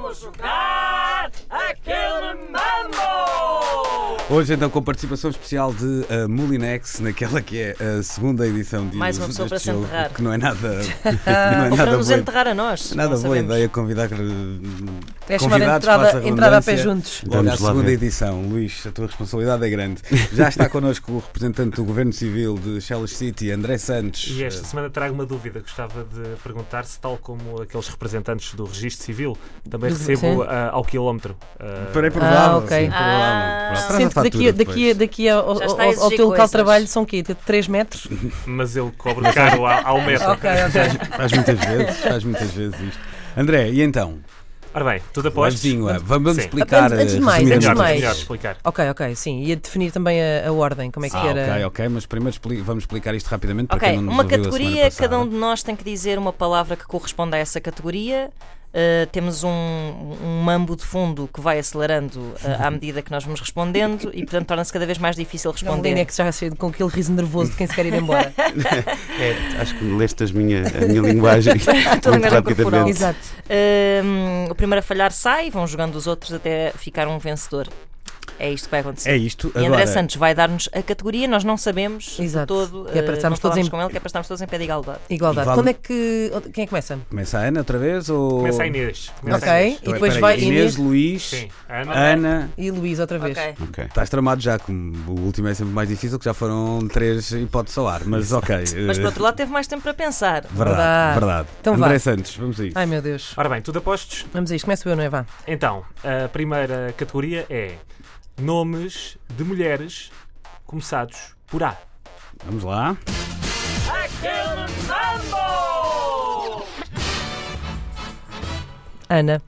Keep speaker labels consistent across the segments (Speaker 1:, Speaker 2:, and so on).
Speaker 1: vou jogar aquele mambo!
Speaker 2: Hoje então com participação especial de uh, Molinex naquela que é a segunda edição de
Speaker 3: Mais uma pessoa
Speaker 2: deste
Speaker 3: para se
Speaker 2: jogo,
Speaker 3: enterrar.
Speaker 2: que não é nada, não é
Speaker 3: Ou para
Speaker 2: nada
Speaker 3: nos
Speaker 2: boa, é
Speaker 3: enterrar a nós.
Speaker 2: nada
Speaker 3: não
Speaker 2: boa
Speaker 3: sabemos.
Speaker 2: ideia convidar uh,
Speaker 4: É chamada
Speaker 2: convidados para
Speaker 4: entrada,
Speaker 2: essa
Speaker 4: entrada a pé
Speaker 2: redundância.
Speaker 4: juntos.
Speaker 2: Logo à
Speaker 5: Vamos lá
Speaker 2: segunda
Speaker 5: ver.
Speaker 2: edição, Luís, a tua responsabilidade é grande. Já está connosco o representante do Governo Civil de Shellas City, André Santos.
Speaker 6: E esta semana trago uma dúvida. Gostava de perguntar se, tal como aqueles representantes do registro civil, também
Speaker 4: Do-
Speaker 6: recebo
Speaker 4: sim.
Speaker 6: ah, ao quilómetro. ah,
Speaker 2: Para
Speaker 4: Ah,
Speaker 2: provável.
Speaker 4: ok.
Speaker 2: sim,
Speaker 3: Ah.
Speaker 2: provável. Pronto, traz a
Speaker 4: Sente que daqui,
Speaker 2: fatura
Speaker 4: daqui,
Speaker 2: depois.
Speaker 4: daqui ao, ao,
Speaker 3: Já está a
Speaker 4: ao- ao
Speaker 3: exigir
Speaker 4: teu local
Speaker 3: coisas.
Speaker 4: de trabalho são o quê? 3 metros?
Speaker 6: Mas eu cobro caro ao, ao metro.
Speaker 4: ok, ok.
Speaker 2: Faz muitas vezes, faz muitas vezes isto. André, e então?
Speaker 6: Ora bem, tudo após.
Speaker 2: Levezinho, é. vamos vamos
Speaker 6: Sim.
Speaker 2: explicar.
Speaker 4: Antes- antes de
Speaker 2: eh,
Speaker 4: mais,
Speaker 6: Melhor,
Speaker 4: antes de
Speaker 2: resumidamente.
Speaker 4: mais.
Speaker 6: melhor explicar.
Speaker 4: Ok, ok, sim. E a definir também a, a ordem, como é que
Speaker 2: Ah,
Speaker 4: era.
Speaker 2: ok, ok, mas primeiro expli- vamos explicar isto rapidamente para
Speaker 3: Ok,
Speaker 2: quem não nos
Speaker 3: uma
Speaker 2: ouviu a
Speaker 3: categoria,
Speaker 2: semana
Speaker 3: cada um
Speaker 2: passada.
Speaker 3: de nós tem que dizer uma palavra que corresponde a essa categoria. Uh, temos um, um mambo de fundo que vai acelerando uh, à medida que nós vamos respondendo e, portanto, torna-se cada vez mais difícil
Speaker 4: Não, Melina, é
Speaker 3: responder.
Speaker 4: que já sei com aquele riso nervoso de quem se quer ir embora.
Speaker 5: É, acho que leste as minha, a minha linguagem
Speaker 3: Estou a
Speaker 5: muito
Speaker 3: lembrar corporal.
Speaker 5: rapidamente.
Speaker 4: Exato.
Speaker 3: Um, o primeiro a falhar sai, vão jogando os outros até ficar um vencedor. É isto que vai acontecer.
Speaker 2: É isto.
Speaker 3: E André
Speaker 2: Agora,
Speaker 3: Santos vai dar-nos a categoria, nós não sabemos de
Speaker 4: Exato.
Speaker 3: todo.
Speaker 4: Que é para
Speaker 3: eh,
Speaker 4: estarmos
Speaker 3: não
Speaker 4: todos
Speaker 3: falámos
Speaker 4: em-
Speaker 3: com ele, que é para estarmos todos em pé de igualdade.
Speaker 4: Igualdade.
Speaker 2: Vale.
Speaker 4: Quando é que. Quem é que começa?
Speaker 2: começa a Ana outra vez? Ou...
Speaker 6: Começa a Inês. Começa a
Speaker 4: Ok.
Speaker 6: Inês.
Speaker 4: E
Speaker 2: Então,
Speaker 4: depois
Speaker 2: espera
Speaker 4: vai
Speaker 2: aí, Inês,
Speaker 4: Inês
Speaker 2: Luís,
Speaker 6: Sim. Ana.
Speaker 2: Ana.
Speaker 4: e Luís outra vez.
Speaker 3: Ok.
Speaker 5: Ok.
Speaker 2: Estás tramado já, como o último é sempre mais difícil, que já foram três hipóteses ao ar, mas ok.
Speaker 3: Mas por
Speaker 2: eh,
Speaker 3: outro lado teve mais tempo para pensar.
Speaker 2: Verdade,
Speaker 4: Verdade.
Speaker 2: verdade.
Speaker 4: Então
Speaker 2: André
Speaker 4: vá.
Speaker 2: Santos, vamos a isso.
Speaker 4: Ai meu Deus.
Speaker 6: Ora bem, tudo apostos?
Speaker 4: Vamos a isto. Começo eu, não é? Vá.
Speaker 6: Então, a primeira categoria é nomes de mulheres começados por A.
Speaker 2: Vamos lá.
Speaker 1: Aquele mambo!
Speaker 4: Ana,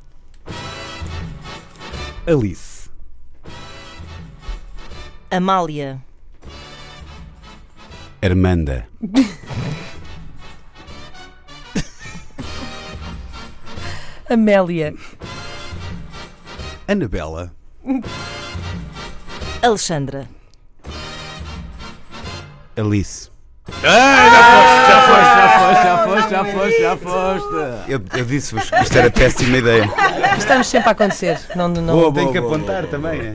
Speaker 2: Alice,
Speaker 3: Amália,
Speaker 5: Armanda.
Speaker 4: Amélia,
Speaker 2: Anabela,
Speaker 3: Alexandra,
Speaker 5: Alice.
Speaker 2: Já foste, já foste, já foste.
Speaker 5: Eu, eu disse-vos que isto era péssima ideia.
Speaker 4: estamos sempre a acontecer. Não, não, não.
Speaker 2: Boa, boa,
Speaker 5: Tenho que
Speaker 2: boa,
Speaker 5: apontar
Speaker 2: boa,
Speaker 5: também.
Speaker 2: boa.
Speaker 5: é.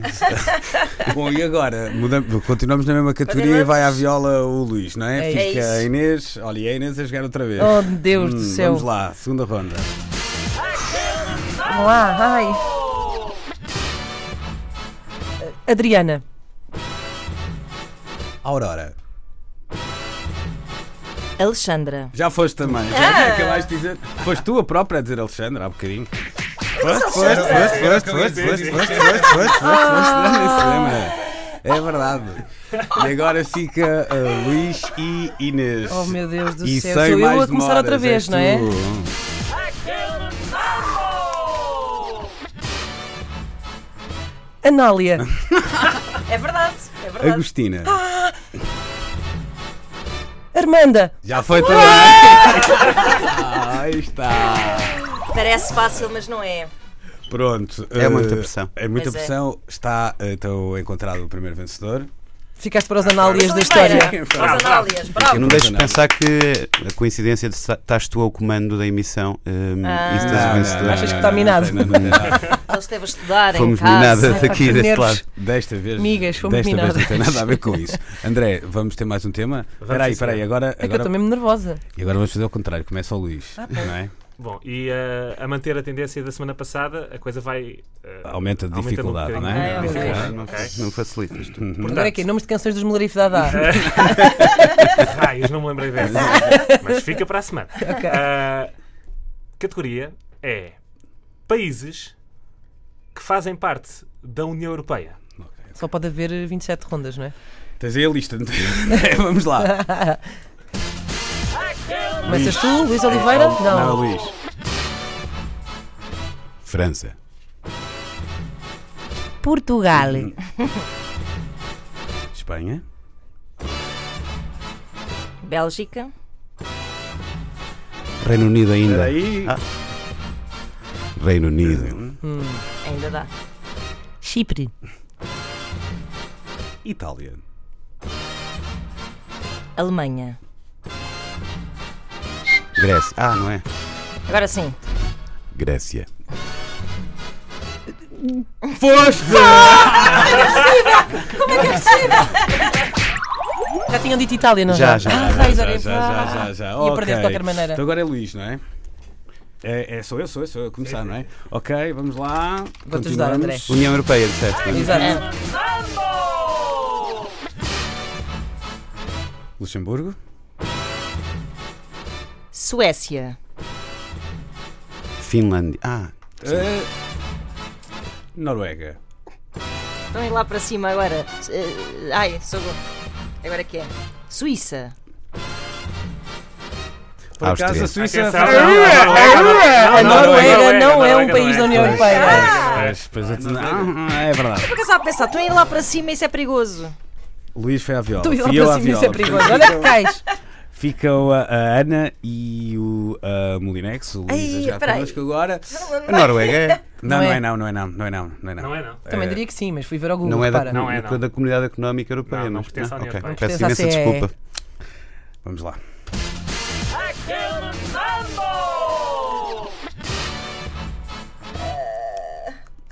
Speaker 2: Bom, e agora? Mudamos- continuamos na mesma categoria e vai à viola o Luís, não é?
Speaker 4: É
Speaker 2: Fica
Speaker 3: isso.
Speaker 2: a Inês. Olha, e a Inês a jogar outra vez.
Speaker 4: Oh Deus do
Speaker 2: Hum,
Speaker 4: céu.
Speaker 2: Vamos lá, segunda ronda.
Speaker 4: Vamos lá. Ai. Adriana,
Speaker 2: Aurora.
Speaker 3: Alexandra,
Speaker 2: Já foste também. Já acabaste de dizer. Foste tu a própria a dizer Alexandre há bocadinho. Foste, foste, foste, foste, foste, foste, foste, foste, foste, foste, foste, não, nem se lembra. É verdade. E agora fica uh, Luís e Inês.
Speaker 4: Oh, meu Deus do
Speaker 2: e
Speaker 4: céu.
Speaker 2: sem
Speaker 4: Sou eu
Speaker 2: mais
Speaker 4: a começar outra
Speaker 2: demoras,
Speaker 4: vez,
Speaker 2: és
Speaker 4: não é?
Speaker 2: tu.
Speaker 1: Aquele mambo!
Speaker 4: Anália,
Speaker 3: é verdade, é verdade.
Speaker 2: Agostina.
Speaker 4: Armanda,
Speaker 2: Já foi tudo bem. Ah, Aí está.
Speaker 3: Parece fácil, mas não é.
Speaker 2: Pronto.
Speaker 5: É muita
Speaker 2: uh,
Speaker 5: pressão.
Speaker 2: É muita
Speaker 3: Pois é.
Speaker 2: pressão. Está uh, então encontrado o primeiro vencedor.
Speaker 4: ficaste para os análias da
Speaker 3: Oliveira,
Speaker 4: história.
Speaker 3: Aos análias, bravo.
Speaker 5: Eu não deixo de
Speaker 2: Nada.
Speaker 5: pensar que a coincidência de esta- estás tu ao comando da emissão hum,
Speaker 3: Ah.
Speaker 5: e estás o vencedor.
Speaker 4: Achas que está minado?
Speaker 2: não, não, não, não.
Speaker 3: Ele esteve a estudar em
Speaker 5: Fomos
Speaker 3: casa.
Speaker 5: minadas
Speaker 4: pá, que
Speaker 5: aqui deste
Speaker 4: nervos.
Speaker 5: lado.
Speaker 2: Desta vez.
Speaker 4: Amigas, fomos
Speaker 2: desta vez não
Speaker 4: minadas.
Speaker 2: tem nada a ver com isso. André, vamos ter mais um tema? Espera aí,
Speaker 6: sim,
Speaker 2: espera aí. Agora,
Speaker 4: É que eu
Speaker 2: agora-
Speaker 4: estou mesmo nervosa.
Speaker 2: e agora vamos fazer o contrário. Começa o Luís. não é?
Speaker 6: Bom, e eh, a manter a tendência da semana passada, a coisa vai. eh,
Speaker 2: Aumenta de
Speaker 6: aumentando um
Speaker 2: dificuldade,
Speaker 6: bocadinho.
Speaker 2: não é?
Speaker 3: É,
Speaker 6: A
Speaker 3: ok.
Speaker 6: dificuldade, ok.
Speaker 5: Não facilitas tu.
Speaker 4: Agora é aqui, nomes de canções dos Melarife da Dá.
Speaker 6: Raios, Ah, não me lembrei dessa. Mas fica para a semana.
Speaker 4: Ok.
Speaker 6: A categoria é países que fazem parte da União Europeia.
Speaker 4: Só pode haver 27 rondas, não é?
Speaker 2: Tens aí a lista. não tens? É, vamos lá.
Speaker 4: Começas tu, Luís Oliveira?
Speaker 2: Não,
Speaker 4: Não.
Speaker 2: Luís.
Speaker 5: França.
Speaker 4: Portugal.
Speaker 2: Espanha.
Speaker 3: Bélgica,
Speaker 5: Reino Unido ainda.
Speaker 2: Aí.
Speaker 5: Ah. Reino Unido.
Speaker 3: ainda dá.
Speaker 4: Chipre.
Speaker 2: Itália.
Speaker 3: Alemanha.
Speaker 5: Grécia. Ah, não é?
Speaker 3: Agora sim,
Speaker 5: Grécia.
Speaker 2: Foste!
Speaker 4: Já tinham dito Itália, não
Speaker 5: Já, já.
Speaker 4: Ah,
Speaker 2: já,
Speaker 4: já,
Speaker 2: já, já,
Speaker 4: já,
Speaker 2: já, já, já.
Speaker 4: Ia perder de
Speaker 2: Ok.
Speaker 4: qualquer maneira.
Speaker 2: Então agora é Luís, não é? É, é, sou eu, sou eu, sou eu a começar, não é? Ok, vamos lá.
Speaker 4: Vou-te ajudar, André.
Speaker 2: Continuamos.
Speaker 5: União Europeia, disseste. não é?
Speaker 4: Exato.
Speaker 1: Mambo!
Speaker 2: Luxemburgo,
Speaker 3: Suécia.
Speaker 5: Finlândia. Ah,
Speaker 2: Eh, Noruega,
Speaker 3: Estão a ir Então lá para cima agora. Eh, Ai, sou. Agora que é? Suíça.
Speaker 2: Por
Speaker 5: Áustria.
Speaker 2: acaso a Suíça.
Speaker 6: Atenção, não, não, não, não, não,
Speaker 4: A
Speaker 6: não,
Speaker 4: Noruega não é um
Speaker 6: Noruega
Speaker 4: país da União Europeia.
Speaker 2: Pois, pois, pois, não, é verdade.
Speaker 3: Porque eu estava a pensar, estão a ir lá para cima, isso é perigoso.
Speaker 2: Luís foi à viola.
Speaker 4: Tu e lá
Speaker 2: fui eu à
Speaker 4: para cima, isso é
Speaker 2: viola.
Speaker 4: perigoso. Olha que cais.
Speaker 2: Ficam a, a Ana e o a Molinex, o Luís, a
Speaker 3: Ai,
Speaker 2: jogar
Speaker 3: peraí.
Speaker 2: connosco agora.
Speaker 5: a Noruega é.
Speaker 2: Não, não
Speaker 4: Não
Speaker 2: é.
Speaker 4: é.
Speaker 2: não, não é não, não é não, não é não.
Speaker 6: Não é, não.
Speaker 4: Também diria que sim, mas fui ver ao Google,
Speaker 5: Não é, da,
Speaker 4: repara.
Speaker 6: Não é,
Speaker 5: da-
Speaker 6: não.
Speaker 5: da Comunidade Económica Europeia.
Speaker 6: Não, não pertence à União
Speaker 5: ok.
Speaker 6: Europeia.
Speaker 5: Peço
Speaker 4: Pertence
Speaker 5: imensa
Speaker 4: à CE.
Speaker 5: desculpa.
Speaker 2: Vamos lá.
Speaker 1: Aquele mambo!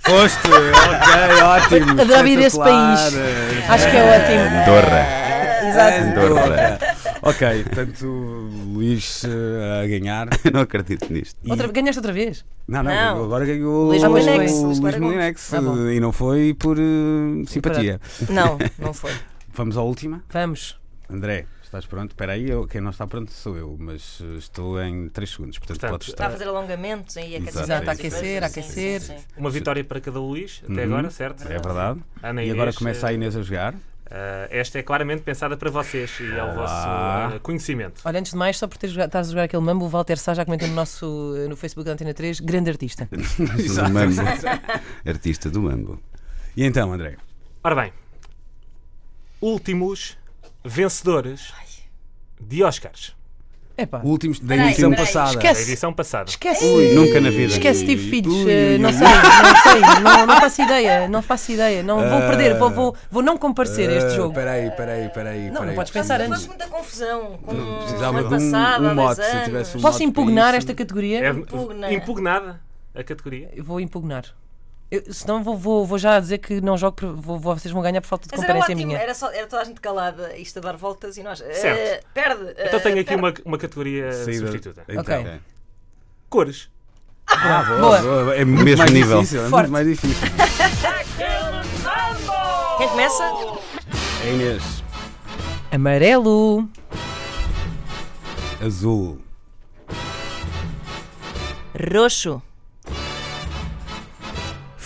Speaker 2: Foste! é, ok, ótimo!
Speaker 4: Adorava ir a esse
Speaker 2: espetacular. É,
Speaker 4: país. Acho que é ótimo.
Speaker 5: Andorra.
Speaker 3: Eh,
Speaker 4: Exato.
Speaker 5: Andorra.
Speaker 2: Ok, portanto, Luís eh, a ganhar.
Speaker 5: não acredito nisto.
Speaker 2: E-
Speaker 4: Outra- Ganhaste outra vez?
Speaker 2: Não, não,
Speaker 3: Não.
Speaker 2: agora ganhou o
Speaker 3: Luís
Speaker 2: o
Speaker 3: Molinex,
Speaker 2: Luís
Speaker 3: Luís Molinex.
Speaker 2: Molinex
Speaker 3: Tá
Speaker 4: Ah, bom.
Speaker 2: eh, e não foi por eh, simpatia.
Speaker 3: Não, não foi.
Speaker 2: Vamos à última.
Speaker 4: Vamos.
Speaker 2: André, estás pronto? Espera aí, eu- quem não está pronto sou eu, mas eh, estou em 3 segundos, portanto,
Speaker 6: Portanto,
Speaker 2: podes
Speaker 3: Está a
Speaker 2: estar.
Speaker 3: fazer alongamentos aí,
Speaker 2: Exato,
Speaker 3: aquecer.
Speaker 4: Exato, aquecer,
Speaker 3: é Sim,
Speaker 4: aquecer.
Speaker 3: sim, sim.
Speaker 6: Uma vitória para cada Luís, até
Speaker 2: Uhum.
Speaker 6: agora, certo?
Speaker 2: É verdade.
Speaker 6: Ana
Speaker 2: E
Speaker 6: Inês,
Speaker 2: agora começa a
Speaker 6: eh,
Speaker 2: Inês a jogar.
Speaker 6: ah, esta é claramente pensada para vocês e ao
Speaker 2: Olá.
Speaker 6: vosso ah, conhecimento.
Speaker 4: Olha, antes de mais, só por ter jogado, estás a jogar aquele mambo, o Walter Sá já comentou no nosso no Facebook da Antena 3, grande artista.
Speaker 5: Do Mambo. Artista do Mambo.
Speaker 2: E então, André?
Speaker 6: Ora bem, últimos vencedores de Oscars.
Speaker 4: Epá,
Speaker 2: Últimos da
Speaker 3: Peraí,
Speaker 2: edição
Speaker 3: peraí.
Speaker 2: passada.
Speaker 6: A
Speaker 4: esquece,
Speaker 6: edição passada.
Speaker 4: esquece,
Speaker 5: Nunca na vida.
Speaker 4: esquece, tive
Speaker 2: Ui,
Speaker 4: filhos,
Speaker 2: ui,
Speaker 4: eh,
Speaker 2: ui,
Speaker 4: não
Speaker 2: ui.
Speaker 4: sei, não sei, não, não faço ideia, não faço ideia, não vou
Speaker 2: Ah.
Speaker 4: perder, vou, vou, vou não comparecer a este
Speaker 2: Ah,
Speaker 4: jogo.
Speaker 2: Peraí, peraí, peraí.
Speaker 4: Não,
Speaker 2: peraí.
Speaker 4: não podes pensar
Speaker 3: Faz
Speaker 4: antes.
Speaker 3: muita confusão. Com
Speaker 2: Não, precisava
Speaker 3: semana
Speaker 2: de um-
Speaker 3: passada,
Speaker 2: um
Speaker 3: há
Speaker 2: mote,
Speaker 3: dois
Speaker 2: se eu tivesse um
Speaker 3: anos.
Speaker 4: Posso
Speaker 2: mote para
Speaker 4: impugnar
Speaker 2: isso.
Speaker 4: esta categoria?
Speaker 6: É
Speaker 3: Impugna.
Speaker 6: impugnada a categoria.
Speaker 4: Eu Vou impugnar. Eu, senão vou, vou, vou já dizer que não jogo, por- vou, vou- vocês vão ganhar por falta de
Speaker 3: Mas era
Speaker 4: comparência
Speaker 3: ótimo,
Speaker 4: minha.
Speaker 3: era, só, era toda a gente calada, isto a dar voltas e nós. eh,
Speaker 6: Certo.
Speaker 3: perde!
Speaker 6: Então
Speaker 3: eh,
Speaker 6: tenho aqui
Speaker 3: perde.
Speaker 6: uma, uma categoria
Speaker 2: Saída-
Speaker 6: substituta.
Speaker 2: Então.
Speaker 4: Ok.
Speaker 5: Ok.
Speaker 6: Cores.
Speaker 2: Ah, boa,
Speaker 4: Boa.
Speaker 2: boa. É muito
Speaker 5: Mesmo
Speaker 2: mais
Speaker 5: nível.
Speaker 2: difícil. É muito
Speaker 4: Forte.
Speaker 2: mais difícil.
Speaker 1: Aquele mambo!
Speaker 3: Eh, Quem começa?
Speaker 2: É Inês.
Speaker 4: Amarelo,
Speaker 2: Azul.
Speaker 3: Roxo.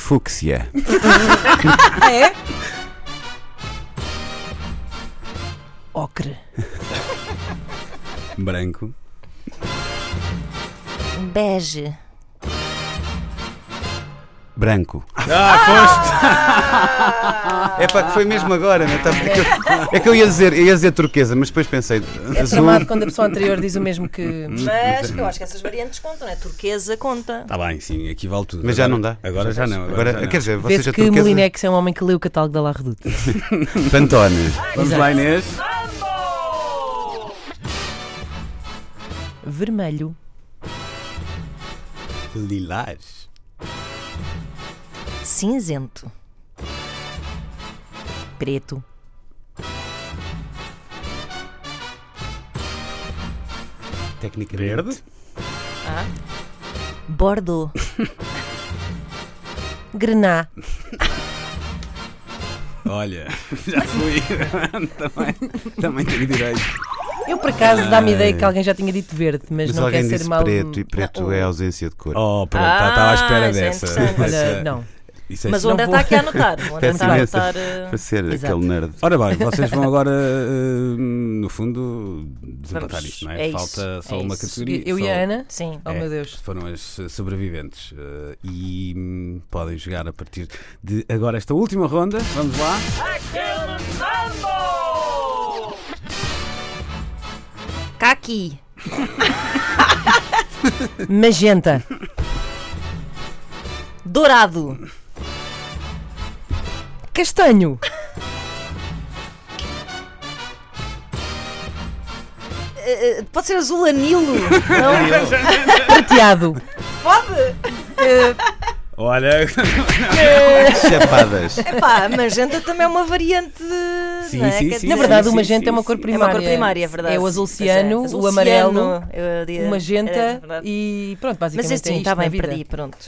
Speaker 5: Fúcsia.
Speaker 4: ocre,
Speaker 2: Branco.
Speaker 4: Um
Speaker 3: Bege.
Speaker 5: Branco. Ah, foste! É pá, que foi mesmo agora, não é? Tá- é que eu- É que eu ia dizer, eu ia dizer turquesa, mas depois pensei. Azul.
Speaker 4: É tramado quando a pessoa anterior diz o mesmo que.
Speaker 2: Hum.
Speaker 3: Mas eu acho que essas variantes contam, não é? Turquesa conta.
Speaker 2: Está Tá bem, sim, aqui vale tudo.
Speaker 5: Mas já
Speaker 2: Agora-
Speaker 5: não dá.
Speaker 2: Agora já não. Agora,
Speaker 5: Agora,
Speaker 2: já não.
Speaker 5: quer dizer,
Speaker 4: Vê-se
Speaker 5: vocês a
Speaker 4: que
Speaker 5: turquesa.
Speaker 4: Molinex é um homem que lê o catálogo da La Redoute.
Speaker 5: Pantone.
Speaker 2: Vamos lá, Inês.
Speaker 1: Mambo!
Speaker 4: Vermelho,
Speaker 2: Lilás.
Speaker 3: Cinzento.
Speaker 4: preto,
Speaker 5: Técnica
Speaker 2: Verde.
Speaker 3: Bordeaux.
Speaker 4: grená,
Speaker 2: Olha, já fui. também, também tenho direito.
Speaker 4: Eu por acaso dá-me ideia que alguém já tinha dito verde, mas,
Speaker 5: Mas
Speaker 4: não quer
Speaker 5: alguém
Speaker 4: ser
Speaker 5: disse
Speaker 4: mal.
Speaker 5: preto e preto é ausência de cor.
Speaker 2: Oh, pronto,
Speaker 3: Ah,
Speaker 2: estava à espera
Speaker 3: isso é
Speaker 2: dessa.
Speaker 3: interessante.
Speaker 2: Essa-
Speaker 4: Olha, não.
Speaker 2: isso é
Speaker 3: Mas o
Speaker 4: Não
Speaker 3: André
Speaker 4: vou.
Speaker 3: está aqui a anotar. O André
Speaker 5: Peço
Speaker 3: está a
Speaker 5: imensa.
Speaker 3: anotar. eh,
Speaker 5: Para ser
Speaker 4: Exato.
Speaker 5: aquele nerd.
Speaker 2: Ora bem, vocês vão agora, eh, no fundo, desempatar
Speaker 3: Vamos,
Speaker 2: isto, não é?
Speaker 3: é isso,
Speaker 2: Falta só
Speaker 3: é
Speaker 2: uma
Speaker 3: isso.
Speaker 2: categoria.
Speaker 4: Eu e
Speaker 2: só-
Speaker 4: a Ana?
Speaker 3: Sim.
Speaker 4: Oh
Speaker 2: É,
Speaker 4: meu Deus.
Speaker 2: Foram as eh, sobreviventes. eh, e hum, podem jogar a partir de agora esta última ronda. Vamos lá.
Speaker 1: Aquele mambo!
Speaker 3: Caqui.
Speaker 4: Magenta,
Speaker 3: Dourado.
Speaker 4: castanho,
Speaker 3: Eh, eh, pode ser azul anilo. Não?
Speaker 4: prateado,
Speaker 3: Pode?
Speaker 2: Olha,
Speaker 5: Chapadas.
Speaker 3: Epá, magenta também é uma variante. de-
Speaker 2: Sim,
Speaker 3: não é?
Speaker 2: sim,
Speaker 3: Quer
Speaker 2: sim,
Speaker 4: Na
Speaker 3: dizer,
Speaker 4: verdade,
Speaker 2: sim,
Speaker 4: o magenta
Speaker 2: sim,
Speaker 4: é uma cor
Speaker 2: sim.
Speaker 3: É
Speaker 4: primária.
Speaker 3: uma cor primária, é verdade.
Speaker 4: É o
Speaker 3: Pois
Speaker 4: azul ciano,
Speaker 3: azul
Speaker 4: o amarelo,
Speaker 3: ciano, eu diria-
Speaker 4: o
Speaker 3: é
Speaker 4: magenta
Speaker 3: verdade.
Speaker 4: e pronto, basicamente
Speaker 3: Mas
Speaker 4: é
Speaker 3: assim,
Speaker 4: isto
Speaker 3: está bem,
Speaker 4: na vida.
Speaker 3: perdi, pronto.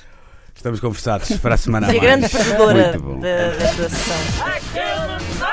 Speaker 2: estamos conversados para a semana a
Speaker 3: Fui a
Speaker 2: mais.
Speaker 3: grande perdedora
Speaker 5: Muito bom.
Speaker 3: da, da tua sessão.
Speaker 1: Aquele